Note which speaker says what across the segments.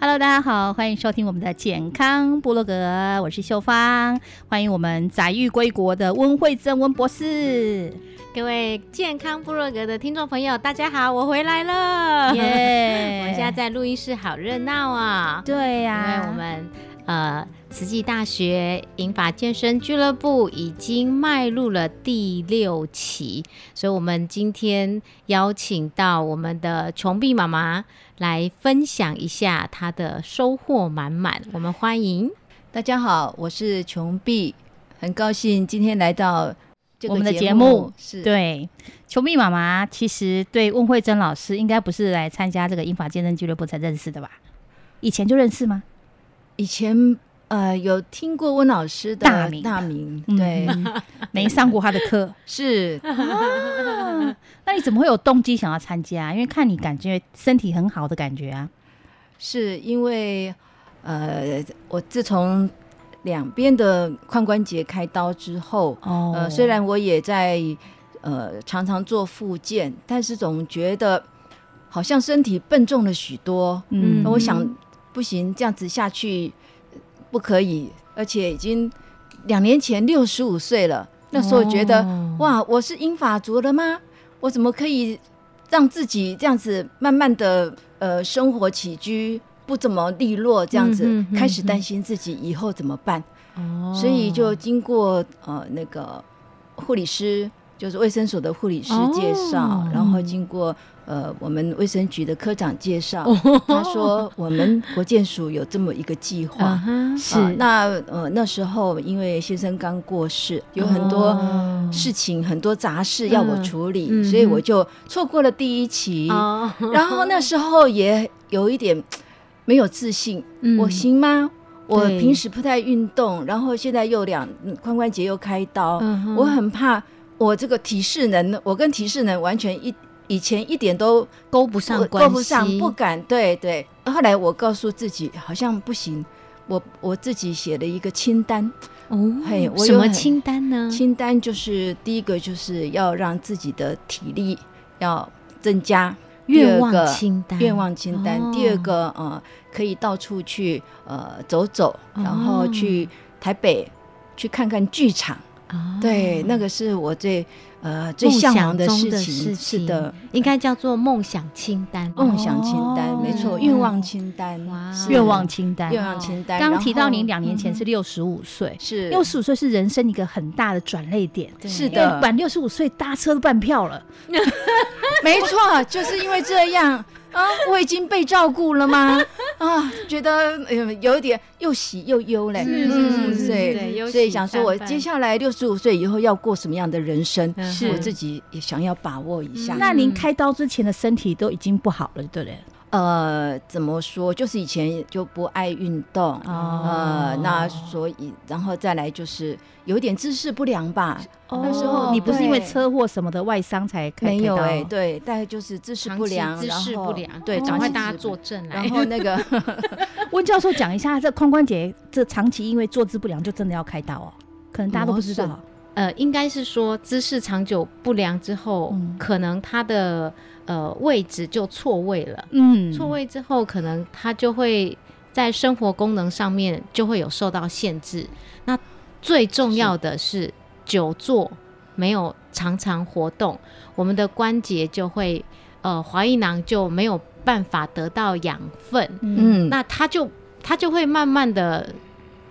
Speaker 1: Hello，大家好，欢迎收听我们的健康部落格，我是秀芳，欢迎我们载誉归国的温慧珍温博士，
Speaker 2: 各位健康部落格的听众朋友，大家好，我回来了！
Speaker 1: 耶
Speaker 2: 我们现在在录音室，好热闹啊！
Speaker 1: 对呀、
Speaker 2: 因为我们呃慈济大学银发健身俱乐部已经迈入了第六期，所以我们今天邀请到我们的琼碧妈妈来分享一下她的收获满满，我们欢迎。
Speaker 3: 大家好，我是琼碧，很高兴今天来到这个
Speaker 1: 我们的节
Speaker 3: 节
Speaker 1: 目
Speaker 3: 是，
Speaker 1: 对，球迷妈妈其实对温慧珍老师应该不是来参加这个英法健身俱乐部才认识的吧？以前就认识吗？
Speaker 3: 以前呃有听过温老师的
Speaker 1: 大名
Speaker 3: 大名，
Speaker 1: 嗯
Speaker 3: 对，
Speaker 1: 没上过他的 课
Speaker 3: 是
Speaker 1: 啊？那你怎么会有动机想要参加？因为看你感觉身体很好的感觉啊。
Speaker 3: 是因为呃我自从两边的髋关节开刀之后，
Speaker 1: 哦
Speaker 3: 呃虽然我也在呃常常做复健，但是总觉得好像身体笨重了许多，
Speaker 1: 嗯
Speaker 3: 那我想不行，这样子下去呃不可以，而且已经两年前六十五岁了，那时候觉得、
Speaker 2: 哦
Speaker 3: 哇，我是英法族了吗？我怎么可以让自己这样子慢慢的呃生活起居不怎么利落，这样子、
Speaker 2: 嗯哼
Speaker 3: 开
Speaker 2: 嗯
Speaker 3: 始
Speaker 2: 哼
Speaker 3: 担心自己以后怎么办，
Speaker 2: 哦
Speaker 3: 所以就经过呃那个护理师。就是卫生所的护理师介绍，
Speaker 2: 哦
Speaker 3: 然后经过呃我们卫生局的科长介绍，
Speaker 2: 哦
Speaker 3: 他说我们国建署有这么一个计划，
Speaker 2: 啊哈
Speaker 1: 是、
Speaker 3: 啊那呃那时候因为先生刚过世，有很多
Speaker 2: 哦
Speaker 3: 事情、很多杂事要我
Speaker 2: 嗯
Speaker 3: 处理，
Speaker 2: 嗯
Speaker 3: 所以我就错过了第一期。
Speaker 2: 哦，
Speaker 3: 然后那时候也有一点没有自信，
Speaker 2: 嗯
Speaker 3: 我行吗？我
Speaker 1: 对
Speaker 3: 平时不太运动，然后现在又两嗯髋关节又开刀，
Speaker 2: 嗯哼
Speaker 3: 我很怕我这个体适能，我跟体适能完全一以前一点都
Speaker 2: 勾不上
Speaker 3: 我
Speaker 2: 关系，
Speaker 3: 够不上，不敢，对对。后来我告诉自己，好像不行，我我自己写了一个清单，
Speaker 2: 哦
Speaker 3: 嘿我
Speaker 2: 什
Speaker 3: 有
Speaker 2: 么
Speaker 3: 很
Speaker 2: 清单呢？
Speaker 3: 清单就是第一个就是要让自己的体力要增加，
Speaker 2: 愿望
Speaker 3: 第二个
Speaker 2: 清单
Speaker 3: 愿望清单，
Speaker 2: 哦
Speaker 3: 第二个呃可以到处去呃走走，然后
Speaker 2: 哦
Speaker 3: 去台北去看看剧场，
Speaker 2: 哦
Speaker 3: 对，那个是我最呃最
Speaker 2: 梦
Speaker 3: 向往的
Speaker 2: 想中
Speaker 3: 事
Speaker 2: 的
Speaker 3: 情，
Speaker 2: 事
Speaker 3: 是
Speaker 2: 情
Speaker 3: 的。
Speaker 2: 应该叫做梦想清单。
Speaker 3: 梦想清单，
Speaker 1: 哦
Speaker 3: 没错，
Speaker 2: 嗯
Speaker 3: 愿望清单，
Speaker 2: 哇
Speaker 3: 是
Speaker 1: 愿望清单。
Speaker 3: 愿望清单。
Speaker 1: 刚
Speaker 3: 然
Speaker 1: 提到
Speaker 3: 后嗯
Speaker 1: 您两年前是六十五岁，
Speaker 3: 是
Speaker 1: 六十五岁是人生一个很大的转类点。
Speaker 2: 对
Speaker 3: 是
Speaker 1: 因为
Speaker 3: 的，
Speaker 1: 满六十五岁搭车都半票了，
Speaker 3: 嗯没错，就是因为这样啊，我已经被照顾了吗？啊，觉得呃有一点又喜又忧嘞，
Speaker 2: 是
Speaker 3: 嗯
Speaker 2: 是是是
Speaker 3: 对
Speaker 2: 对忧喜
Speaker 3: 所以想说我
Speaker 2: 参半
Speaker 3: 接下来六十五岁以后要过什么样的人生，
Speaker 2: 嗯
Speaker 1: 是
Speaker 3: 我自己也想要把握一下。
Speaker 1: 那您开刀之前的身体都已经不好了，对不对？
Speaker 4: 呃，怎么说？就是以前就不爱运动，
Speaker 5: 哦
Speaker 4: 呃，那所以然后再来就是有一点姿势不良吧。
Speaker 5: 哦
Speaker 4: 那时
Speaker 3: 哦
Speaker 4: 候
Speaker 1: 你不是因为
Speaker 4: 对
Speaker 1: 车祸什么的外伤才开
Speaker 4: 没有
Speaker 1: 哎、
Speaker 3: 欸
Speaker 4: 哎，对，大概就是姿势不良，
Speaker 3: 长期姿势
Speaker 4: 然后
Speaker 3: 不良哦
Speaker 4: 对，
Speaker 3: 赶
Speaker 4: 长
Speaker 3: 快
Speaker 4: 期
Speaker 3: 大家
Speaker 4: 姿势
Speaker 3: 坐
Speaker 4: 不
Speaker 3: 正
Speaker 4: 良
Speaker 3: 来
Speaker 4: 然后那个
Speaker 1: 温教授讲一下，这髋关节这长期因为坐姿不良，就真的要开刀哦？可能大家都不知道。
Speaker 4: 磨
Speaker 3: 呃，应该是说姿势长久不良之后，
Speaker 1: 嗯
Speaker 3: 可能它的呃位置就错位了。
Speaker 1: 嗯，
Speaker 3: 错位之后，可能它就会在生活功能上面就会有受到限制。那最重要的是久坐，没有常常活动，我们的关节就会呃滑液囊就没有办法得到养分，
Speaker 4: 嗯，
Speaker 3: 那它就它就会慢慢的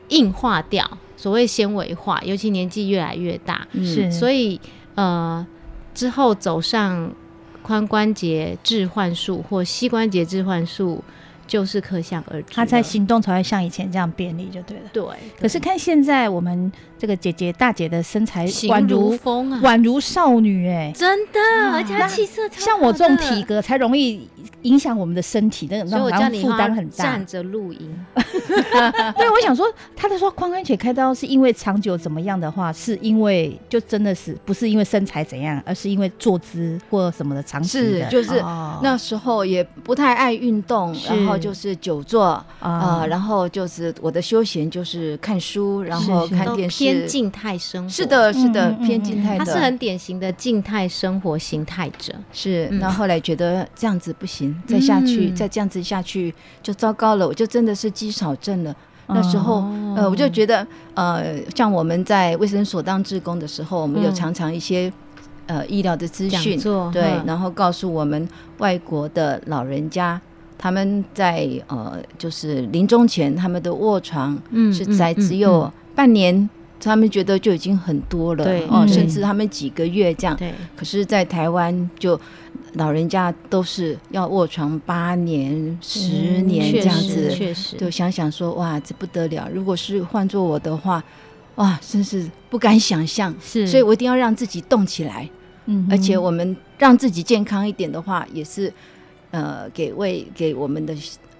Speaker 3: 硬化掉，所谓纤维化，尤其年纪越来越大，
Speaker 4: 嗯
Speaker 1: 是，
Speaker 3: 所
Speaker 1: 以
Speaker 3: 以呃，之后走上髋关节置换术或膝关节置换术，就是可想而知了。
Speaker 1: 他在行动才会像以前这样便利，就对了。
Speaker 3: 对，
Speaker 1: 可是看现在我们这个姐姐大姐的身材，宛
Speaker 3: 形如
Speaker 1: 如
Speaker 3: 风啊，
Speaker 1: 宛如少女哎、
Speaker 3: 真的，而且他
Speaker 1: 那
Speaker 3: 气色超
Speaker 1: 像我这种
Speaker 3: 好的
Speaker 1: 体，格才容易影响我们的身体，那种
Speaker 3: 所以我
Speaker 1: 让
Speaker 3: 叫
Speaker 1: 人
Speaker 3: 你
Speaker 1: 负担
Speaker 3: 要
Speaker 1: 很大
Speaker 3: 站。着露营，
Speaker 1: 对，我想说，他在说髋关节开刀是因为长久怎么样的话，是因为就真的是不是因为身材怎样，而是因为坐姿或什么的长期
Speaker 4: 是
Speaker 1: 的
Speaker 4: 就是
Speaker 1: 哦
Speaker 4: 那时候也不太爱运动，
Speaker 1: 是
Speaker 4: 然后就是久坐啊，
Speaker 1: 啊
Speaker 4: 然后就是我的休闲就是看书，然
Speaker 1: 是
Speaker 4: 后
Speaker 1: 是
Speaker 4: 看
Speaker 3: 都
Speaker 4: 电视，
Speaker 3: 偏静态生活。
Speaker 4: 是，的，是的
Speaker 1: 嗯，嗯
Speaker 4: 偏静态
Speaker 3: 他
Speaker 4: 的，
Speaker 3: 是很典型的静态生活形态者。
Speaker 4: 是。
Speaker 3: 嗯
Speaker 4: 那后来觉得这样子不行，再下去，
Speaker 3: 嗯
Speaker 4: 再这样子下去就糟糕了，我就真的是肌少症了。那时候，
Speaker 3: 哦
Speaker 4: 呃，我就觉得，呃，像我们在卫生所当志工的时候，我们有
Speaker 3: 嗯
Speaker 4: 常常一些。呃，医疗的资
Speaker 3: 讲
Speaker 4: 讯
Speaker 3: 座
Speaker 4: 对
Speaker 3: 嗯，
Speaker 4: 然后告诉我们外国的老人家，他们在呃，就是临终前，他们的卧床
Speaker 3: 嗯
Speaker 4: 是在
Speaker 3: 嗯嗯
Speaker 4: 只有半年，他们觉得就已经很多了，
Speaker 3: 对
Speaker 4: 哦，
Speaker 1: 嗯
Speaker 4: 甚至他们几个月这样，
Speaker 3: 对，
Speaker 4: 可是，在台湾就老人家都是要卧床八年、十年
Speaker 3: 确
Speaker 4: 这样
Speaker 3: 实
Speaker 4: 子，
Speaker 3: 确实，
Speaker 4: 就想想说，哇，这不得了！如果是换做我的话，哇，真是不敢想象。
Speaker 3: 是，
Speaker 4: 所以我一定要让自己动起来，
Speaker 1: 嗯哼
Speaker 4: 而且我们让自己健康一点的话，也是呃，给为给我们的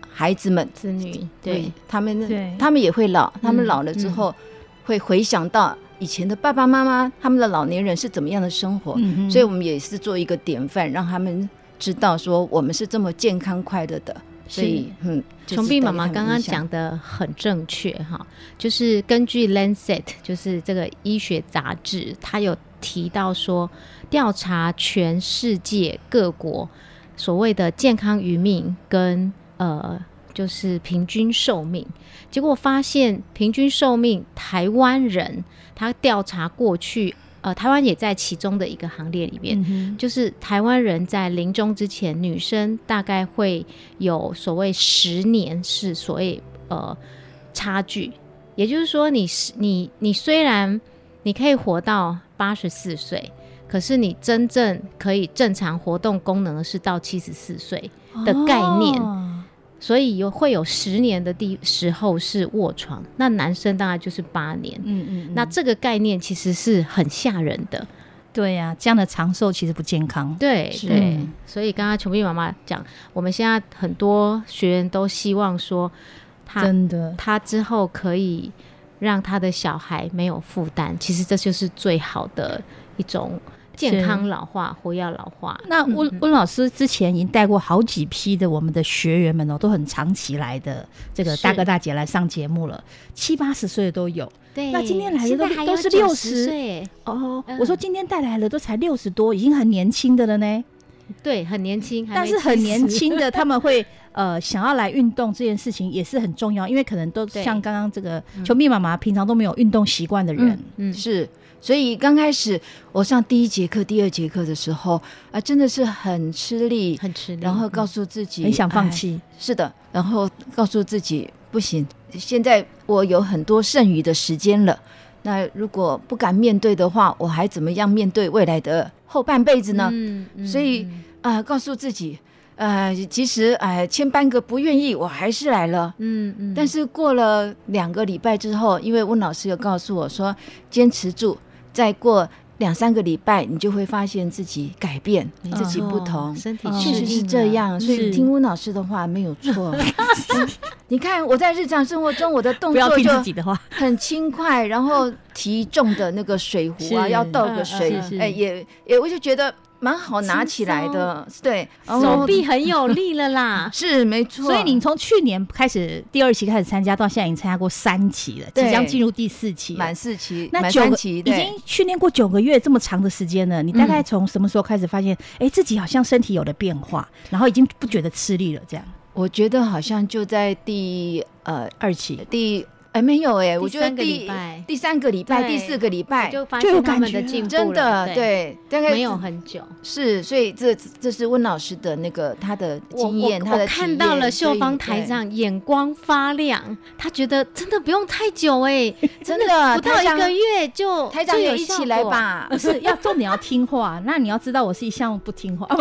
Speaker 4: 孩子们，
Speaker 3: 子女
Speaker 4: 对
Speaker 3: 对嗯
Speaker 4: 他
Speaker 1: 对
Speaker 4: 们，他们也会老，他们老了之后会回想到以前的爸爸妈妈，他们的老年人是怎么样的生活。
Speaker 1: 嗯哼
Speaker 4: 所以我们也是做一个典范，让他们知道说我们是这么健康快乐的。所以，嗯，
Speaker 3: 琼碧妈妈刚刚讲的很正确哈，就是根据《Lancet》就是这个医学杂志，它有提到说，调查全世界各国所谓的健康余命跟呃就是平均寿命，结果发现平均寿命台湾人，他调查过去，呃，台湾也在其中的一个行列里面，
Speaker 1: 嗯
Speaker 3: 就是台湾人在临终之前，女生大概会有所谓十年是所谓呃差距，也就是说你，是你你虽然你可以活到八十四岁，可是你真正可以正常活动功能的是到七十四岁，
Speaker 1: 哼
Speaker 3: 的概念
Speaker 1: 哦
Speaker 3: 所以有会有十年的地时候是卧床，那男生大概就是八年。
Speaker 1: 嗯嗯嗯
Speaker 3: 那这个概念其实是很吓人的，
Speaker 1: 对呀、这样的长寿其实不健康。
Speaker 3: 对
Speaker 4: 是
Speaker 3: 对
Speaker 1: 嗯，
Speaker 3: 所以刚刚琼碧妈妈讲，我们现在很多学员都希望说他
Speaker 1: 真的，
Speaker 3: 他之后可以让他的小孩没有负担，其实这就是最好的一种健
Speaker 1: 是
Speaker 3: 康老化、活跃老化。
Speaker 1: 那温
Speaker 3: 嗯
Speaker 1: 温老师之前已经带过好几批的我们的学员们哦，都很长期来的这个
Speaker 3: 是
Speaker 1: 大哥大姐来上节目了，七八十岁的都有
Speaker 3: 对，
Speaker 1: 那今天来的
Speaker 3: 现在
Speaker 1: 都
Speaker 3: 还
Speaker 1: 都
Speaker 3: 有
Speaker 1: 是
Speaker 3: 90
Speaker 1: 60
Speaker 3: 岁，
Speaker 1: 哦
Speaker 3: 嗯
Speaker 1: 我说今天带来的都才六十多，已经很年轻的了呢。
Speaker 3: 对，很年轻，还
Speaker 1: 但
Speaker 3: 没
Speaker 1: 是很
Speaker 3: 70
Speaker 1: 年轻的他们会呃想要来运动这件事情也是很重要，因为可能都
Speaker 3: 对
Speaker 1: 像刚刚这个球迷妈妈平常都没有运动习惯的人，
Speaker 3: 嗯，
Speaker 4: 是。所以刚开始我上第一节课、第二节课的时候啊，真的是很吃力，
Speaker 3: 很吃力，
Speaker 4: 然后告诉自己
Speaker 1: 嗯很想放。
Speaker 4: 哎
Speaker 1: 弃。
Speaker 4: 是的，然后告诉自己不行，现在我有很多剩余的时间了。那如果不敢面对的话，我还怎么样面对未来的后半辈子呢？
Speaker 3: 嗯，嗯
Speaker 4: 所以
Speaker 3: 嗯
Speaker 4: 啊、告诉自己，呃，其实哎、千般个不愿意，我还是来了。
Speaker 3: 嗯嗯，
Speaker 4: 但是过了两个礼拜之后，因为温老师有告诉我说，坚持住，再过两三个礼拜，你就会发现自己改变，自己不同，哦
Speaker 3: 身体
Speaker 4: 嗯
Speaker 3: 啊
Speaker 4: 确实是
Speaker 3: 嗯
Speaker 4: 这样。所以听温老师的话没有错。你看我在日常生活中，我的动作就很轻快，然后提重的那个水壶啊，要倒个水，哎，也也我就觉得。蛮好拿起来的，对，
Speaker 3: 手臂很有力了啦，
Speaker 4: 是没错。
Speaker 1: 所以你从去年开始第二期开始参加，到现在已经参加过三期了，即将进入第四期，
Speaker 4: 满四期，嗯
Speaker 1: 那
Speaker 4: 九
Speaker 1: 个已经训练过九个月这么长的时间了。你大概从什么时候开始发现，哎、嗯欸，自己好像身体有了变化，然后已经不觉得吃力了？这样，
Speaker 4: 我觉得好像就在第呃
Speaker 1: 二期
Speaker 4: 第。哎，没有哎，我觉得第第三个礼拜、第四个礼拜
Speaker 3: 就有他们的进步
Speaker 4: 真的对，大概
Speaker 3: 没有很久。
Speaker 4: 是，所以这这是温老师的那个他的经验，他
Speaker 3: 的看到了秀芳台长眼光发亮，他觉得真的不用太久 哎，
Speaker 4: 真的
Speaker 3: 不到一个月就
Speaker 4: 台长
Speaker 3: 也
Speaker 4: 一起来吧，
Speaker 1: 不呃是要重点要听话，那你要知道我是一向不听话。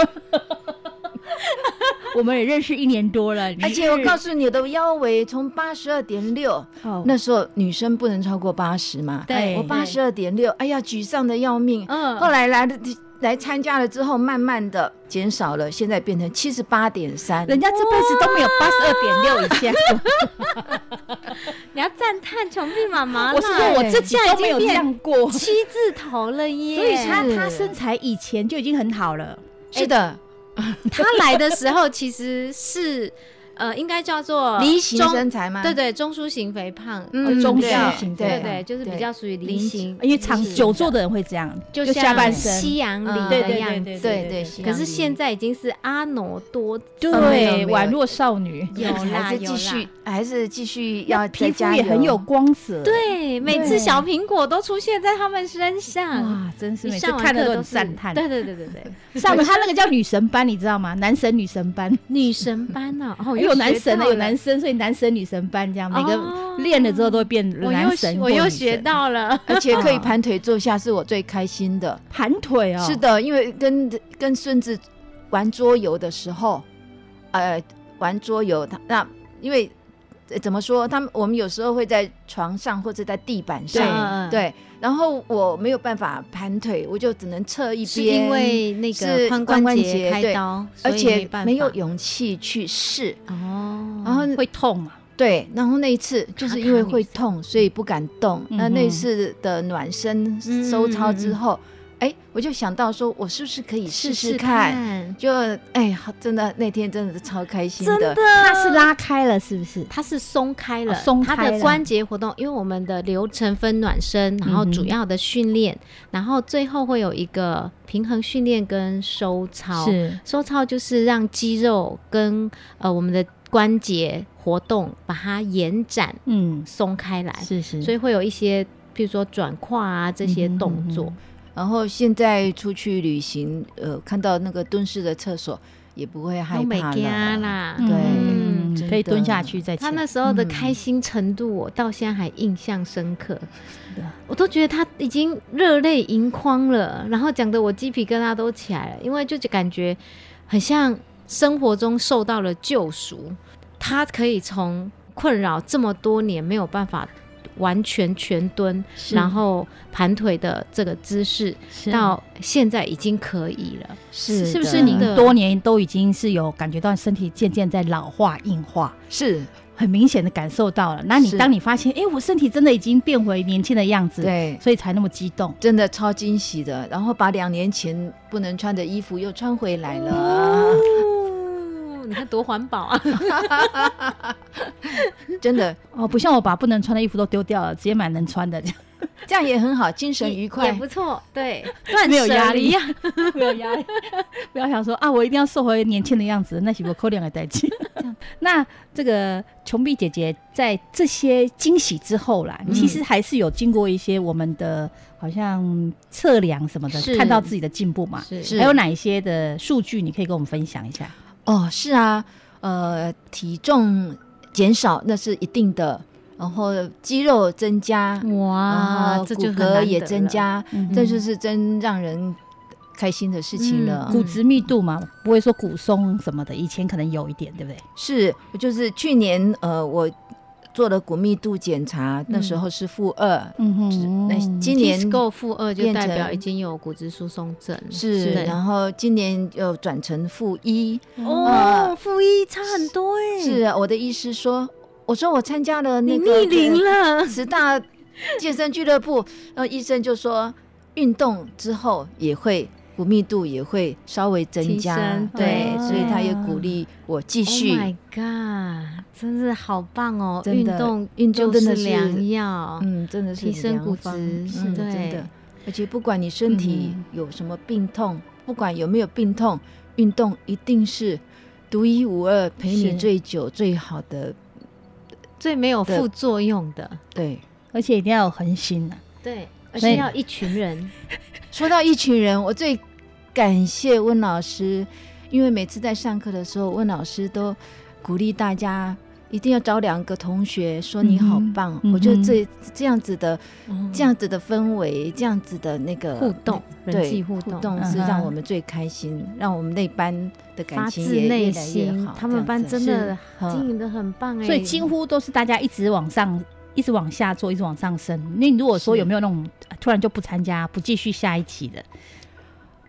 Speaker 1: 我们也认识一年多了，
Speaker 4: 而且我告诉你，我的腰围从八十二点六，那时候女生不能超过八十嘛，哎
Speaker 1: 对，
Speaker 4: 我八十二点六，哎呀，沮丧的要命。嗯，后来来了来参加了之后，慢慢的减少了，现在变成七十八点三，
Speaker 1: 人家这辈子都没有八十二点六以
Speaker 3: 下。你要赞叹穷碧妈妈，
Speaker 1: 我是说我自己都没有这样
Speaker 3: 欸
Speaker 1: 过，
Speaker 3: 七字头了耶，
Speaker 1: 所以 她她身材以前就已经很好了，
Speaker 4: 是的。
Speaker 3: 他来的时候其实是，呃，应该叫 做
Speaker 4: 梨形哦身材吗？
Speaker 3: 对对，中枢型肥胖，呃
Speaker 1: 嗯，中枢型，
Speaker 3: 对对，就是比较属于梨形，
Speaker 1: 因为长久坐的人会这样，
Speaker 3: 就
Speaker 1: 下半身嗯
Speaker 3: 西洋梨的样子，
Speaker 4: 对对。
Speaker 3: 可是现在已经是阿诺多，
Speaker 1: 对，宛若少女，
Speaker 3: 有啦有
Speaker 4: 继续还是继续要
Speaker 1: 皮肤也很有光泽，
Speaker 3: 对，每次小苹果都出现在他们身啊上，
Speaker 1: 哇，真是每次看的都赞叹，
Speaker 3: 对对对对对，
Speaker 1: 上面他那个叫女神班，你知道吗？男神女 神班，
Speaker 3: 女神班 呢，哦，
Speaker 1: 哎有男神啊的有男生，所以男神女神班这样，每个练了之后都会变男神，
Speaker 3: 哦我又学到了，
Speaker 4: 而且可以盘腿坐下是我最开心的，
Speaker 1: 盘腿哦，
Speaker 4: 是的，因为跟跟孙子玩桌游的时候，呃，玩桌游他那因为。呃怎么说？他们我们有时候会在床上或者在地板上，对,对。然后我没有办法盘腿，我就只能侧一边，是
Speaker 3: 因为那个髋关节开刀，
Speaker 4: 而且没有勇气去试
Speaker 3: 哦，
Speaker 4: 然后
Speaker 1: 会痛嘛、啊。
Speaker 4: 对，然后那一次就是因为会痛，所以不敢动。那、嗯、那次的暖身收操之后。嗯嗯哎，我就想到说，我是不是可以试
Speaker 3: 试
Speaker 4: 试看？
Speaker 3: 试看
Speaker 4: 就哎，好，真的那天真的是超开心的。
Speaker 3: 真的，
Speaker 1: 它是拉开了，是不是？
Speaker 3: 它是松开了，哦、
Speaker 1: 松
Speaker 3: 了。
Speaker 1: 开
Speaker 3: 它的关节活动，因为我们的流程分暖身，然后主要的训练，嗯、然后最后会有一个平衡训练跟收操。
Speaker 1: 是，
Speaker 3: 收操就是让肌肉跟呃我们的。关节活动把它延展，
Speaker 1: 嗯，
Speaker 3: 松开来，
Speaker 1: 是是，
Speaker 3: 所以会有一些，比如说转胯啊这些动作。嗯哼嗯哼
Speaker 4: 然后现在出去旅行，呃，看到那个蹲式的厕所也不会害怕
Speaker 3: 啦，
Speaker 4: 对，嗯、
Speaker 1: 可以蹲下去再。嗯
Speaker 3: 他那时候的开心程度，我到现在还印象深刻，嗯、我都觉得他已经热泪盈眶了，然后讲的我鸡皮疙瘩都起来了，因为就感觉很像生活中受到了救赎，他可以从困扰这么多年没有办法。完全全蹲，然后盘腿的这个姿势，到现在已经可以了。
Speaker 4: 是
Speaker 1: 是不是您多年都已经是有感觉到身体渐渐在老化硬化？
Speaker 4: 是。
Speaker 1: 很明显的感受到了，那你当你发现，哎、欸，我身体真的已经变回年轻的样子，
Speaker 4: 对，
Speaker 1: 所以才那么激动，
Speaker 4: 真的超惊喜的。然后把两年前不能穿的衣服又穿回来了。
Speaker 3: 哦你看多环保啊！
Speaker 4: 真的
Speaker 1: 哦，不像我把不能穿的衣服都丢掉了，直接买能穿的，
Speaker 4: 这样也很好，精神愉快
Speaker 3: 也不错。对，
Speaker 1: 没有压力，没有压力，不要想说啊，我一定要瘦回年轻的样子，那岂不扣两个代金？ 那这个琼碧姐姐在这些惊喜之后啦，嗯、其实还是有经过一些我们的好像测量什么的，看到自己的进步嘛。
Speaker 3: 是，
Speaker 1: 还有哪一些的数据你可以跟我们分享一下？
Speaker 4: 哦，是啊，呃，体重减少那是一定的，然后肌肉增加，
Speaker 3: 嗯哇，
Speaker 4: 哦骨骼也增加，
Speaker 3: 嗯、
Speaker 4: 这就是真让人开心的事情了。
Speaker 1: 嗯、骨质密度嘛，不会说骨松什么的，以前可能有一点，对不对？
Speaker 4: 是，就是去年呃，我做了骨密度检查，那时候是负二，
Speaker 1: 嗯哼，
Speaker 4: 那今年
Speaker 3: 够负二就代表已经有骨质疏松症，
Speaker 4: 是，
Speaker 3: 哦
Speaker 4: 然后今年又转成负一，
Speaker 5: 哦，负一差很多哎，
Speaker 4: 是啊我的意思说，我说我参加了那
Speaker 5: 个逆龄了
Speaker 4: 十大健身俱乐部， 然后医生就说运动之后也会。骨密度也会稍微增加，对，所以他也鼓励我继续。
Speaker 3: 哦 Oh my god，真是好棒哦！
Speaker 4: 真的
Speaker 3: 运动
Speaker 4: 运动真的
Speaker 3: 是良药，
Speaker 4: 嗯，真的是
Speaker 3: 提升骨质，
Speaker 4: 嗯，真
Speaker 3: 对嗯
Speaker 4: 的。而且不管你身体有什么病痛，不管有没有病痛，运动一定是独一无二、陪你最久、最好的、
Speaker 3: 最没有副作用的。
Speaker 4: 对，
Speaker 1: 而且一定要有恒心啊！
Speaker 3: 对，而且要一群人。
Speaker 4: 说到一群人，我最。感谢温老师，因为每次在上课的时候，温老师都鼓励大家一定要找两个同学说你好棒。
Speaker 1: 嗯嗯
Speaker 4: 我觉得这这样子的、
Speaker 3: 嗯
Speaker 4: 这样子的氛围，这样子的那个
Speaker 3: 互动
Speaker 4: 呃对
Speaker 3: 人际互动嗯哼
Speaker 4: 是让我们最开心，让我们那班的感
Speaker 3: 发
Speaker 4: 情
Speaker 3: 自
Speaker 4: 也
Speaker 3: 内
Speaker 4: 越来越
Speaker 3: 心
Speaker 4: 好。，
Speaker 3: 他们班
Speaker 4: 这样
Speaker 3: 真
Speaker 4: 子
Speaker 3: 的
Speaker 4: 嗯
Speaker 3: 经营的很棒哎，
Speaker 1: 所以几乎都是大家一直往上，一直往下做，一直往上升。那你如果说
Speaker 4: 是
Speaker 1: 有没有那种呃突然就不参加、不继续下一期的，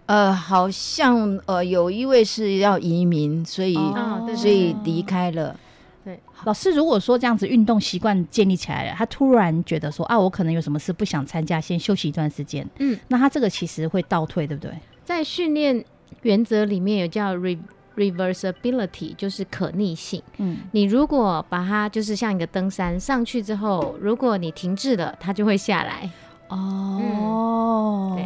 Speaker 4: 呃，好像呃有一位是要移民，所以、
Speaker 3: 哦对对
Speaker 4: 所以离开了。
Speaker 1: 老师如果说这样子运动习惯建立起来了，他突然觉得说啊，我可能有什么事不想参加，先休息一段时间，
Speaker 3: 嗯，
Speaker 1: 那他这个其实会倒退，对不对？
Speaker 3: 在训练原则里面有叫 re reversibility，就是可逆性。
Speaker 1: 嗯，
Speaker 3: 你如果把它就是像一个登山上去之后，如果你停滞了，它就会下来。
Speaker 1: 哦，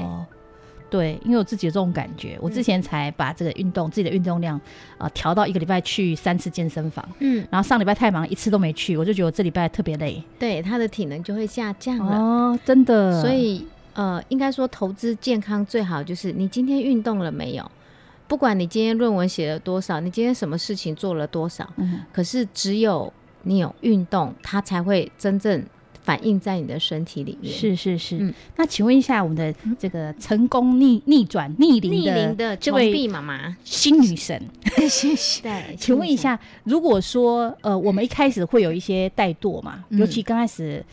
Speaker 1: 对，因为我自己有这种感
Speaker 3: 嗯
Speaker 1: 觉，我之前才把这个运动自己的运动量啊调到一个礼拜去三次健身房，
Speaker 3: 嗯，
Speaker 1: 然后上礼拜太忙一次都没去，我就觉得我这礼拜特别累。
Speaker 3: 对，它的体能就会下降了。
Speaker 1: 哦，真的，
Speaker 3: 嗯所以呃，应该说投资健康最好就是你今天运动了没有？不管你今天论文写了多少，你今天什么事情做了多少，
Speaker 1: 嗯
Speaker 3: 可是只有你有运动，它才会真正反映在你的身体里面。
Speaker 1: 是是是、
Speaker 3: 嗯
Speaker 1: 那请问一下我们的这个成功逆逆转逆龄
Speaker 3: 逆
Speaker 1: 的
Speaker 3: 龄的
Speaker 1: 这
Speaker 3: 穷
Speaker 1: 位
Speaker 3: 逼妈 妈，
Speaker 1: 新女神，
Speaker 4: 谢谢。
Speaker 3: 对，
Speaker 1: 请问一
Speaker 3: 嗯
Speaker 1: 下，如果说呃我们一开始会有一些怠惰嘛，
Speaker 4: 嗯
Speaker 1: 尤其刚开始。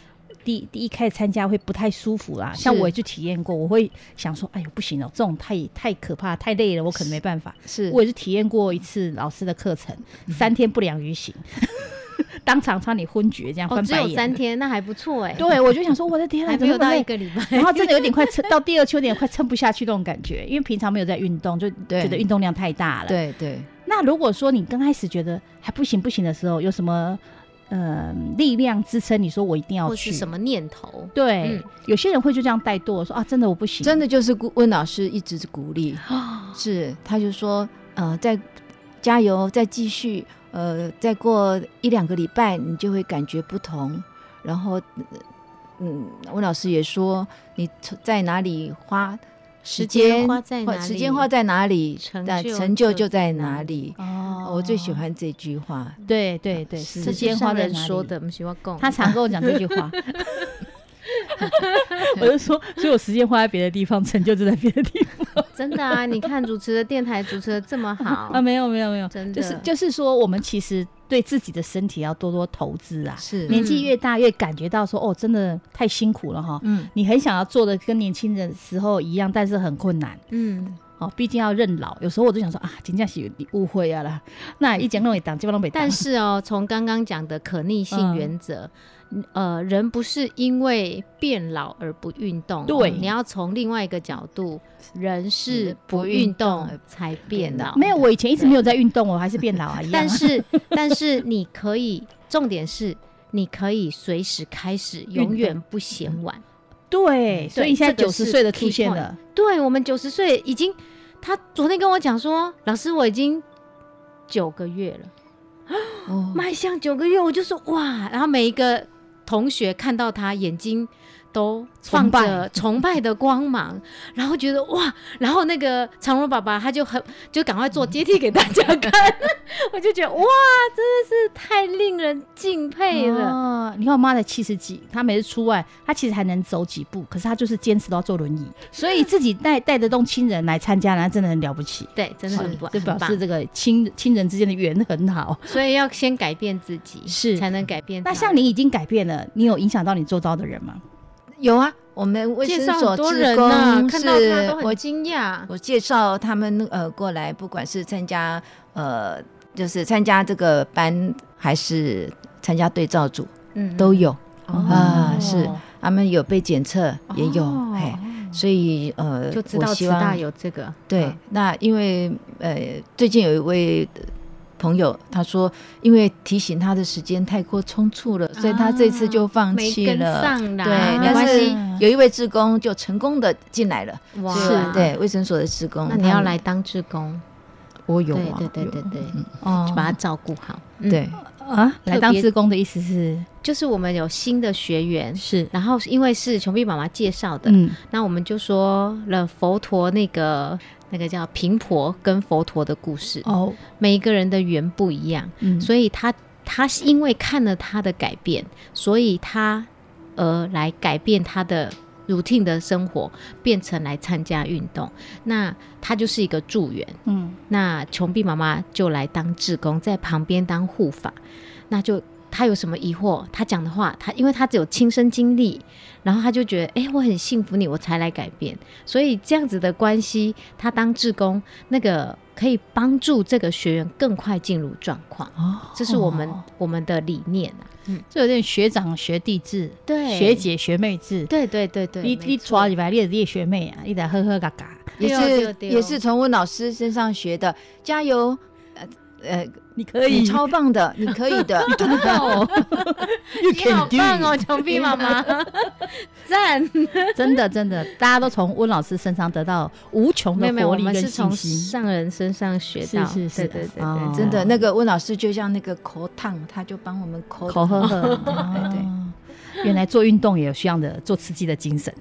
Speaker 1: 第第一开始参加会不太舒服啦，像
Speaker 4: 是
Speaker 1: 我也去体验过，我会想说，哎呦不行哦，这种太太可怕、太累了，我可能没办法。
Speaker 4: 是
Speaker 1: 我也是体验过一次老师的课程，
Speaker 3: 嗯
Speaker 1: 三天不良于行，当场差点昏厥，这样
Speaker 3: 哦，
Speaker 1: 翻
Speaker 3: 只
Speaker 1: 白眼。
Speaker 3: 有三天，那还不错哎、
Speaker 1: 对，我就想说，我的天啊，
Speaker 3: 还
Speaker 1: 怎
Speaker 3: 没
Speaker 1: 么
Speaker 3: 有
Speaker 1: 那么
Speaker 3: 到
Speaker 1: 累
Speaker 3: 一个礼拜。
Speaker 1: 然后真的有点 快撑到第二秋，有点快撑不下去那种感觉，因为平常没有在运动，就
Speaker 4: 对
Speaker 1: 觉得运动量太大了。，
Speaker 4: 对对，
Speaker 1: 那如果说你刚开始觉得还不行不行的时候，有什么呃力量支撑你说我一定要
Speaker 3: 或是
Speaker 1: 哦去
Speaker 3: 什？么念头？
Speaker 1: 对，
Speaker 3: 嗯
Speaker 1: 有些人会就这样怠惰，说啊，真的我不行，
Speaker 4: 真的就是顾温老师一直鼓励。
Speaker 6: 哦
Speaker 1: 啊，
Speaker 4: 是，他就说，呃，再加油，再继续，呃，再过一两个礼拜，你就会感觉不同。然后，呃嗯，温老师也说，你从在哪里花时
Speaker 3: 时间
Speaker 4: 间
Speaker 3: 花在哪
Speaker 4: 时
Speaker 3: 里
Speaker 4: 间花在哪里，
Speaker 3: 成
Speaker 4: 那
Speaker 3: 就
Speaker 4: 成就
Speaker 3: 就
Speaker 4: 就
Speaker 3: 在
Speaker 4: 在
Speaker 3: 哪
Speaker 4: 哪里。
Speaker 1: 哦
Speaker 4: 我最喜。欢这句话，
Speaker 1: 对对对，
Speaker 4: 是
Speaker 1: 时间花在
Speaker 3: 人
Speaker 1: 哪里
Speaker 3: 说的，，我们喜欢共
Speaker 1: 他常跟我讲这句 话。我就说，所以我时间花在别的地方，成就就在别的地方。
Speaker 3: 真的啊！你看主持的电台主持的这么好
Speaker 1: 啊，，没有没有没有，
Speaker 3: 哦真的
Speaker 1: 就是就是说，我们其实对自己的身体要多多投资啊。
Speaker 4: 是
Speaker 3: 嗯
Speaker 1: 年纪越大，越感觉到说，哦，真的太辛苦了哈。
Speaker 4: 嗯，
Speaker 1: 你很想要做的跟年轻人时候一样，但是很困难
Speaker 3: 嗯，
Speaker 1: 哦。毕竟要认老，有时候我就想说啊，真正是有误会啊啦。那一讲弄一档，基本上没
Speaker 3: 但是哦，从刚刚讲的可逆性原则，呃，人不是因为变老而不运动哦、
Speaker 1: 对
Speaker 3: 你要从另外一个角度，人是
Speaker 4: 是
Speaker 3: 不
Speaker 4: 不
Speaker 3: 运
Speaker 4: 运动
Speaker 3: 动
Speaker 4: 而
Speaker 3: 才变老。
Speaker 1: 没有，我以前一直没有在运动，我还是变老啊。一样啊
Speaker 3: 但是但是你可以，重点是你可以随时开始，永远不嫌晚。
Speaker 1: 对，所以现在
Speaker 3: 这
Speaker 1: 九
Speaker 3: 个
Speaker 1: 十
Speaker 3: 是
Speaker 1: 岁的
Speaker 3: key
Speaker 1: 出现了，
Speaker 3: 对我们九十岁已经，他昨天跟我讲说，老师我已经九个月了。嗯
Speaker 4: 哦，
Speaker 3: 迈向九个月，我就说哇，然后每一个同学看到他眼睛都放着
Speaker 1: 崇拜
Speaker 3: 崇拜的光芒， 然后觉得哇，然后那个长荣爸爸他就很就赶快做阶梯给大家看， 我就觉得哇，真的是太令人敬佩了。
Speaker 1: 哦，你看我妈才七十几，她每次出外，她其实还能走几步，可是她就是坚持都要坐轮椅，所以自己带带得动亲人来参加，那真的很了不起。
Speaker 3: 对，真的很棒，
Speaker 1: 就表
Speaker 3: 很棒
Speaker 1: 示这个亲亲人之间的缘很好。
Speaker 3: 所以要先改变自己，
Speaker 1: 是
Speaker 3: 才能改变他。
Speaker 1: 那像你已经改变了，你有影响到你周遭的人吗？
Speaker 4: 有啊，我们卫
Speaker 3: 介
Speaker 4: 生
Speaker 3: 绍
Speaker 4: 所
Speaker 3: 很多
Speaker 4: 职
Speaker 3: 人
Speaker 4: 工
Speaker 3: 呐、看
Speaker 4: 是
Speaker 3: 到他都
Speaker 4: 我
Speaker 3: 很惊讶。
Speaker 4: 我介绍他们呃过来，不管是参加呃就是参加这个班，还是参加对照组，
Speaker 3: 嗯
Speaker 4: 都有啊、
Speaker 3: 哦
Speaker 4: 是他们有被检测，也有
Speaker 3: 哦
Speaker 4: 哎、所以呃，
Speaker 3: 就知
Speaker 4: 我
Speaker 3: 道
Speaker 4: 希
Speaker 3: 慈大
Speaker 4: 望
Speaker 3: 有这个，
Speaker 4: 对、
Speaker 3: 啊
Speaker 4: 那因为呃最近有一位。朋友他说，因为提醒他的时间太过匆促了，所以他这次就放
Speaker 3: 啊没
Speaker 4: 弃
Speaker 3: 跟
Speaker 4: 了。
Speaker 3: 上啦
Speaker 4: 对，
Speaker 3: 没
Speaker 4: 但
Speaker 3: 关
Speaker 4: 是
Speaker 3: 系
Speaker 4: 有一位志工就成功的进来了，
Speaker 3: 哇
Speaker 4: 所以对卫生所的志工，
Speaker 3: 那你要
Speaker 4: 他们
Speaker 3: 来，当志工，
Speaker 4: 我有
Speaker 3: 对
Speaker 4: 啊，
Speaker 3: 对对对对，
Speaker 1: 哦
Speaker 3: 就把它照顾好。嗯
Speaker 4: 对，
Speaker 1: 啊，来当
Speaker 3: 特别
Speaker 1: 志工的意思是
Speaker 3: 就是我们有新的学员，
Speaker 1: 是，
Speaker 3: 然后因为是穷碧妈妈介绍的，
Speaker 1: 嗯，
Speaker 3: 那我们就说了佛陀那个那个叫频婆跟佛陀的故事，
Speaker 1: 哦，
Speaker 3: 每一个人的缘不一样，
Speaker 1: 嗯，
Speaker 3: 所以他他是因为看了他的改变，所以他而来改变他的 routine 的生活，变成来参加运动。那他就是一个助缘。
Speaker 1: 嗯，
Speaker 3: 那琼碧妈妈就来当志工，在旁边当护法。那就他有什么疑惑，他讲的话，他因为他只有亲身经历，然后他就觉得，哎、我很信服你，我才来改变。所以这样子的关系，他当志工，那个可以帮助这个学员更快进入状况。
Speaker 1: 哦，
Speaker 3: 这是我们、我们的理念啊。
Speaker 1: 这有点学长学弟制，
Speaker 3: 对
Speaker 1: 学姐学妹制，
Speaker 3: 对对对对，
Speaker 1: 你
Speaker 3: 没
Speaker 1: 你抓礼拜你的学妹啊，你得呵呵嘎嘎，
Speaker 4: 也
Speaker 3: 对哦
Speaker 4: 是
Speaker 3: 对哦
Speaker 4: 也是从温老师身上学的，加油，呃呃，
Speaker 1: 你可
Speaker 4: 你超棒 的，你可以的，
Speaker 1: 哦，
Speaker 3: 你好 棒哦，琼碧妈妈，赞！
Speaker 1: 真的真的，大家都从温老师身上得到无穷
Speaker 3: 没
Speaker 1: 的
Speaker 3: 有没有，
Speaker 1: 哦活
Speaker 3: 我
Speaker 1: 力
Speaker 3: 们是
Speaker 1: 跟信
Speaker 3: 从
Speaker 1: 心。
Speaker 3: 上人身上学到，
Speaker 1: 是是
Speaker 3: 对
Speaker 1: 是
Speaker 3: 对对
Speaker 1: 哦
Speaker 3: 对，
Speaker 4: 真的，那个温老师就像那个口烫，他就帮我们口
Speaker 1: 口呵呵，
Speaker 4: 对对
Speaker 1: 哦原来做运动也有这样的做刺激的精神，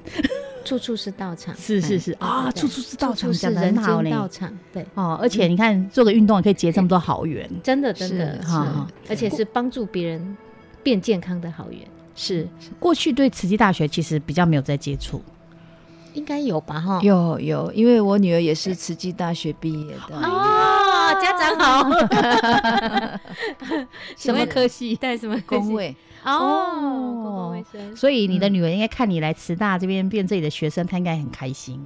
Speaker 3: 处处是道场，
Speaker 1: 是是是
Speaker 3: 嗯对对
Speaker 1: 啊，
Speaker 3: 对
Speaker 1: 处处是道
Speaker 3: 处
Speaker 1: 场，
Speaker 3: 处
Speaker 1: 讲
Speaker 3: 是
Speaker 1: 的很
Speaker 3: 人
Speaker 1: 好
Speaker 3: 间
Speaker 1: 嘞
Speaker 3: 道场，嗯对，
Speaker 1: 哦，而且你看做个运动也可以结这么多好缘，
Speaker 3: 真的真的
Speaker 4: 是
Speaker 3: 是
Speaker 1: 哈，
Speaker 3: 而且是帮助别人变健康的好缘，
Speaker 1: 是过去对慈济大学其实比较没有在接触，
Speaker 3: 应该有吧哈？
Speaker 4: 有有，因为我女儿也是慈济大学毕业的，
Speaker 1: 啊
Speaker 3: 哦，家长 好，
Speaker 1: 什么科系？
Speaker 3: 带什么
Speaker 4: 工位
Speaker 3: 哦，嗯公共卫生
Speaker 1: 所以你的女儿应该看你来慈大这边变这里的学生，她应该很开心。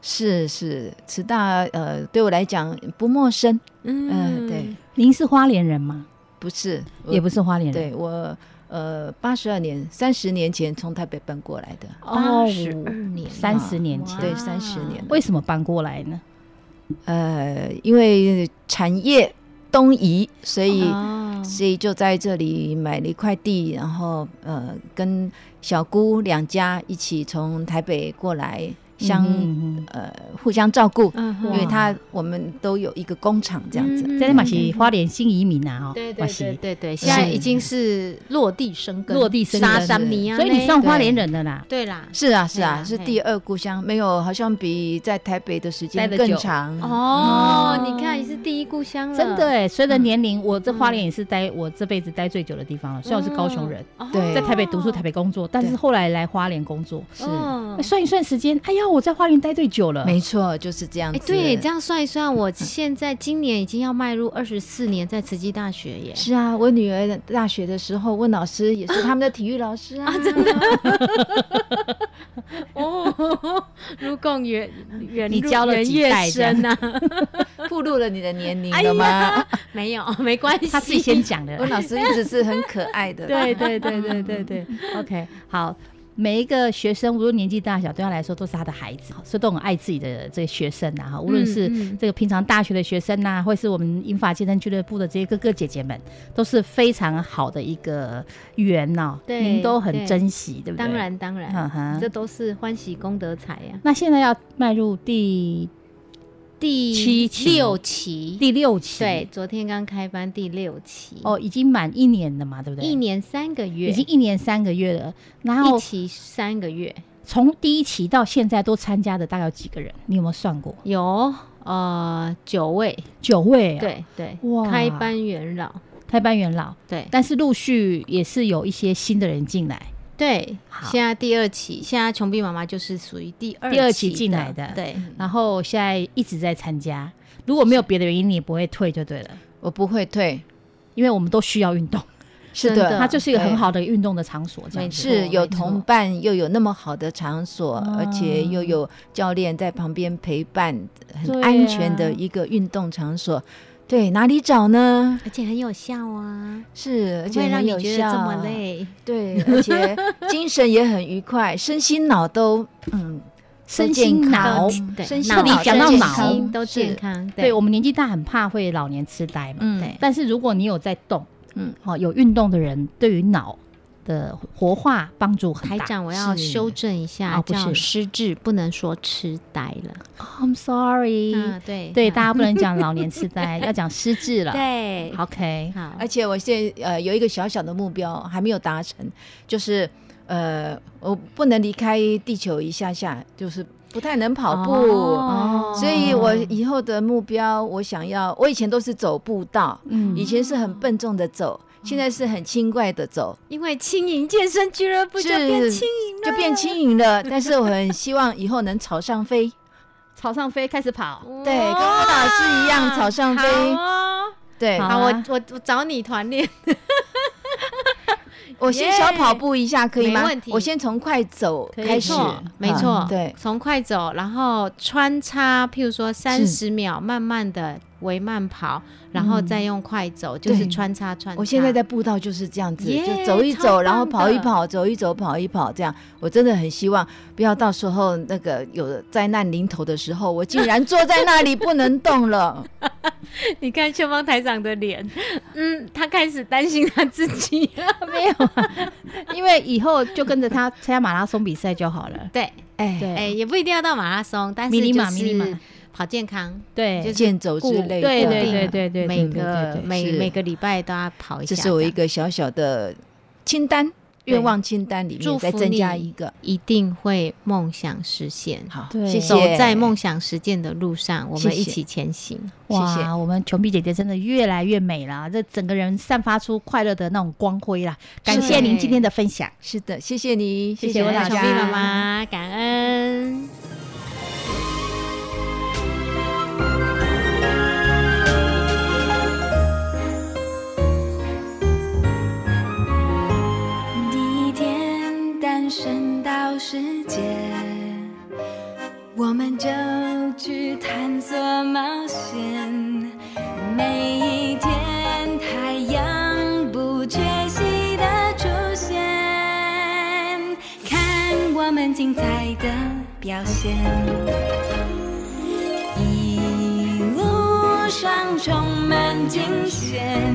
Speaker 4: 是是慈大呃，对我来讲不陌生，嗯
Speaker 3: 嗯
Speaker 4: 对，
Speaker 1: 您是花莲人吗？
Speaker 4: 不是我
Speaker 1: 也不是花莲人，
Speaker 4: 对我呃八十二年三十年前从台北搬过来的，啊
Speaker 1: 哦，
Speaker 3: 二年
Speaker 1: 三十年前，
Speaker 4: 对30年
Speaker 1: 为什么搬过来呢？
Speaker 4: 呃，因为产业东移，所以、
Speaker 3: 哦
Speaker 4: 所以就在这里买了一块地，然后呃跟小姑两家一起从台北过来相、
Speaker 1: 嗯哼
Speaker 4: 呃互相照顾，
Speaker 3: 嗯哼
Speaker 4: 因为她我们都有一个工厂这样子。
Speaker 3: 嗯
Speaker 1: 在那马西花莲新移民啊，哦
Speaker 3: 对
Speaker 1: 嘛
Speaker 3: 对
Speaker 1: 是
Speaker 3: 对对对，现在已经是落地生根，
Speaker 1: 落地生根
Speaker 3: 沙山泥啊，
Speaker 1: 所以你算花莲人的啦。
Speaker 3: 对啦，
Speaker 4: 是啊，是
Speaker 3: 对
Speaker 4: 啊，
Speaker 3: 啊
Speaker 4: 是
Speaker 3: 嘿
Speaker 4: 第二故乡，没有好像比在台北的时间
Speaker 1: 待得
Speaker 4: 更
Speaker 1: 久
Speaker 4: 长
Speaker 3: 哦，你看你是第一故乡了，
Speaker 1: 真的哎，随着年龄，我这花莲也是待我这辈子待最久的地方了。虽然我是高雄人，
Speaker 3: 哦，
Speaker 4: 对
Speaker 1: 在台北读书、台北工作，但是
Speaker 4: 嗯对
Speaker 1: 后来来花莲工作。
Speaker 4: 是
Speaker 3: 嗯
Speaker 1: 哎算一算时间，哎呀，我在花莲待最久了。
Speaker 4: 没错，就是这样
Speaker 3: 哎，
Speaker 4: 子。
Speaker 3: 对，这样算一算，我现在今年已经要迈入二十四年在慈济大学耶，
Speaker 4: 是啊，我女儿大学的时候，问老师也是他们的体育老师啊，真的。
Speaker 3: 哦，如共圆圆
Speaker 1: 你教了
Speaker 3: 圆
Speaker 1: 几
Speaker 3: 月
Speaker 1: 代这样
Speaker 3: 生呐？啊
Speaker 4: 暴露了你的年
Speaker 3: 哎
Speaker 4: 龄了吗？
Speaker 3: 没有，没关系，
Speaker 1: 他自己先 讲的啦。
Speaker 4: 温老师一直是很可爱的，
Speaker 1: 对对对对对对 ，OK，好。每一个学生，无论年纪大小，对他来说都是他的孩子，所以都很爱自己的这个学生呐、哈，无论是
Speaker 3: 嗯
Speaker 1: 这个平常大学的学生呐、或是我们英法健身俱乐部的这些哥哥姐姐们，都是非常好的一个缘呐、
Speaker 3: 对
Speaker 1: 您都很
Speaker 3: 对
Speaker 1: 珍惜，对不对？
Speaker 3: 当，然当然，
Speaker 1: 嗯哼
Speaker 3: 啊这。都是欢喜功德财呀。
Speaker 1: 那现在要迈入第
Speaker 3: 第
Speaker 1: 七期
Speaker 3: 六期，
Speaker 1: 第六期，
Speaker 3: 对，昨天刚开班第六期，
Speaker 1: 哦，已经满一年了嘛，对不对？
Speaker 3: 一年三个月，
Speaker 1: 已经一年三个月了。然后
Speaker 3: 一期三个月，
Speaker 1: 从第一期到现在都参加的大概有几个人？你有没有算过？
Speaker 3: 有呃九位，
Speaker 1: 九位、啊，，
Speaker 3: 对对，
Speaker 1: 哇
Speaker 3: 开班元老，
Speaker 1: 开班元老。
Speaker 3: 对
Speaker 1: 但是陆续也是有一些新的人进来，
Speaker 3: 对，
Speaker 1: 好
Speaker 3: 现在第二期，现在穷逼妈妈就是属于第二
Speaker 1: 第二期
Speaker 3: 期
Speaker 1: 进来的嗯
Speaker 3: 对，
Speaker 1: 然后现在一直在参加。如果没有别的原因，你也不会退就对了，
Speaker 4: 我不会退，
Speaker 1: 因为我们都需要运动，
Speaker 4: 是
Speaker 3: 真的
Speaker 1: 它就是一个
Speaker 4: 对
Speaker 1: 很好的运动的场所，这
Speaker 3: 啊
Speaker 1: 样
Speaker 3: 没
Speaker 1: 子。
Speaker 3: 错
Speaker 4: 是有
Speaker 3: 没错
Speaker 4: 同伴，又有那么好的场所，
Speaker 3: 嗯
Speaker 1: 啊
Speaker 4: 而且又有教练在旁边陪伴，
Speaker 1: 对
Speaker 4: 很安全的
Speaker 1: 啊
Speaker 4: 一个运动场所。对，哪里找呢？
Speaker 3: 而且很有效啊，
Speaker 4: 是，而
Speaker 3: 不
Speaker 4: 且
Speaker 3: 会
Speaker 4: 很
Speaker 3: 让你
Speaker 4: 有
Speaker 3: 觉得这么
Speaker 4: 效。啊
Speaker 3: 累。
Speaker 4: 对，而且精神也很愉快，身心脑都嗯，
Speaker 1: 身
Speaker 4: 都健
Speaker 1: 心脑
Speaker 4: 康
Speaker 3: 对
Speaker 4: 身心
Speaker 3: 脑
Speaker 1: 你
Speaker 4: 脑
Speaker 1: 讲
Speaker 3: 身
Speaker 1: 到
Speaker 3: 体
Speaker 1: 脑
Speaker 3: 心都健。
Speaker 4: 是
Speaker 3: 康，
Speaker 1: 对我们年纪大很怕会老年痴呆嘛，
Speaker 4: 嗯，
Speaker 3: 对
Speaker 1: 但是如果你有在动，嗯
Speaker 4: 嗯，
Speaker 1: 哦，有运动的人对于脑的活化帮助很
Speaker 3: 台
Speaker 1: 大。
Speaker 3: 长，我要
Speaker 4: 是
Speaker 3: 修正一下，
Speaker 1: 哦不
Speaker 3: 叫
Speaker 1: 是
Speaker 3: 失智，不能说痴呆了。
Speaker 1: 哦 I'm sorry，、
Speaker 3: 嗯，对
Speaker 1: 对，
Speaker 3: 嗯
Speaker 1: 大家不能讲老年痴呆，要讲失智了。
Speaker 3: 对，
Speaker 1: ，OK，
Speaker 3: 好，
Speaker 4: 而且我现在呃有一个小小的目标还没有达成，就是呃我不能离开地球一下下，就是不太能跑步。
Speaker 3: 哦
Speaker 4: 所以，我以后的目标，我想要，我以前都是走步道，
Speaker 1: 嗯
Speaker 4: 以前是很笨重的走，现在是很轻快的走，
Speaker 3: 因为轻盈健身俱乐部就变
Speaker 4: 是
Speaker 3: 轻盈了，
Speaker 4: 就变轻盈了。 但是我很希望以后能朝上飞，
Speaker 1: 朝上飞开始跑，
Speaker 4: 对，跟郭老师一样朝上飞，
Speaker 3: 好哦。
Speaker 4: 对，
Speaker 1: 好
Speaker 3: 好，我
Speaker 1: 啊
Speaker 3: 我我找你团练，
Speaker 4: 我先小跑步一下可以吗
Speaker 3: 没问题？
Speaker 4: 我先从快走
Speaker 1: 可以
Speaker 4: 开始
Speaker 1: 没错，
Speaker 3: 没错
Speaker 4: 嗯，对，
Speaker 3: 从快走，然后穿插，譬如说三十秒，慢慢的为慢跑，然后再用快走，就是
Speaker 4: 对
Speaker 3: 穿插穿插。
Speaker 4: 我现在在步道就是这样子，
Speaker 3: 耶
Speaker 4: 就走一
Speaker 3: 超棒
Speaker 4: 走，
Speaker 3: 的
Speaker 4: 然后跑一跑，走一走，跑一跑，这样。我真的很希望不要到时候那个有灾难临头的时候，我竟然坐在那里不能动了。
Speaker 3: 你看秀芳台长的脸，嗯，他开始担心他自己。
Speaker 1: 没有、啊，因为以后就跟着他参加马拉松比赛就好了。
Speaker 3: 对，
Speaker 4: 哎，
Speaker 1: 对，
Speaker 3: 哎，也不一定要到马拉松，但
Speaker 1: 迷
Speaker 3: 是
Speaker 1: 你
Speaker 3: 就
Speaker 1: 马迷你马
Speaker 3: 是跑健康，
Speaker 1: 对，
Speaker 3: 就是
Speaker 4: 健走之
Speaker 3: 固
Speaker 4: 类的，
Speaker 1: 对对
Speaker 3: 定
Speaker 1: 对对对，
Speaker 3: 每
Speaker 1: 对
Speaker 3: 个
Speaker 1: 对对
Speaker 3: 每
Speaker 4: 是
Speaker 3: 每个礼拜都要跑一下。
Speaker 4: 这是我一，个小小的清单，
Speaker 1: 对
Speaker 4: 愿望清单里
Speaker 3: 祝
Speaker 4: 面
Speaker 3: 福
Speaker 4: 再增加
Speaker 3: 你
Speaker 4: 一个。
Speaker 3: 一定会梦想实现。
Speaker 4: 好，
Speaker 1: 对
Speaker 4: 谢谢。
Speaker 3: 走在梦想实践的路上，我
Speaker 4: 谢
Speaker 3: 们
Speaker 4: 谢
Speaker 3: 一起前行。
Speaker 1: 哇，
Speaker 4: 谢谢
Speaker 1: 我们琼碧姐姐真的越来越美啦，这整个人散发出快乐的那种光辉啦。感谢您今天的分享。
Speaker 4: 是的，谢谢你，
Speaker 1: 谢谢
Speaker 4: 谢
Speaker 1: 我
Speaker 4: 大
Speaker 1: 老
Speaker 3: 小
Speaker 4: 家
Speaker 3: 蜜妈妈，感恩。
Speaker 7: 第一天诞生到世界，我们就去探索冒险。每一天太阳不缺席的出现，看我们精彩的表现。一路上充满惊险。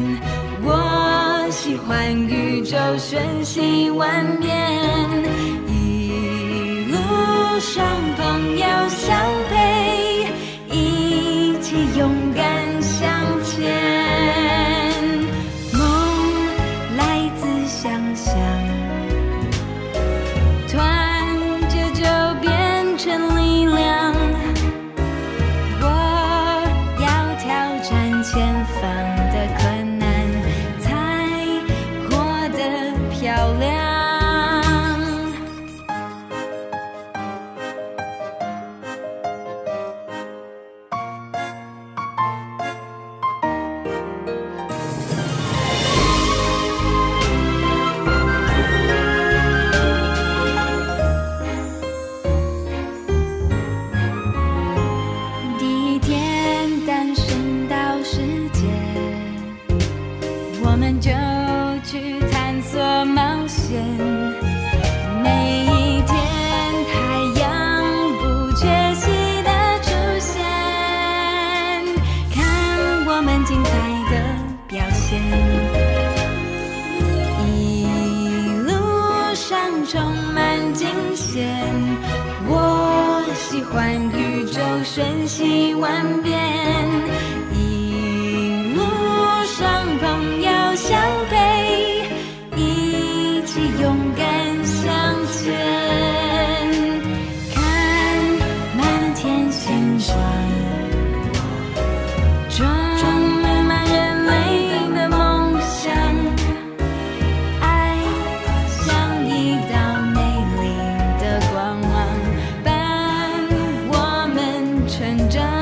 Speaker 7: 我喜欢宇宙瞬息万变，一路上朋友相陪，一起勇敢向前。梦来自想象，团结就变成力量。我要挑战前方的困难，才活得漂亮。
Speaker 4: 瞬息万变，一路上朋友相陪，一起勇敢向前。看满天星光，装满人类的梦想，爱像一道美丽的光芒，伴我们成长。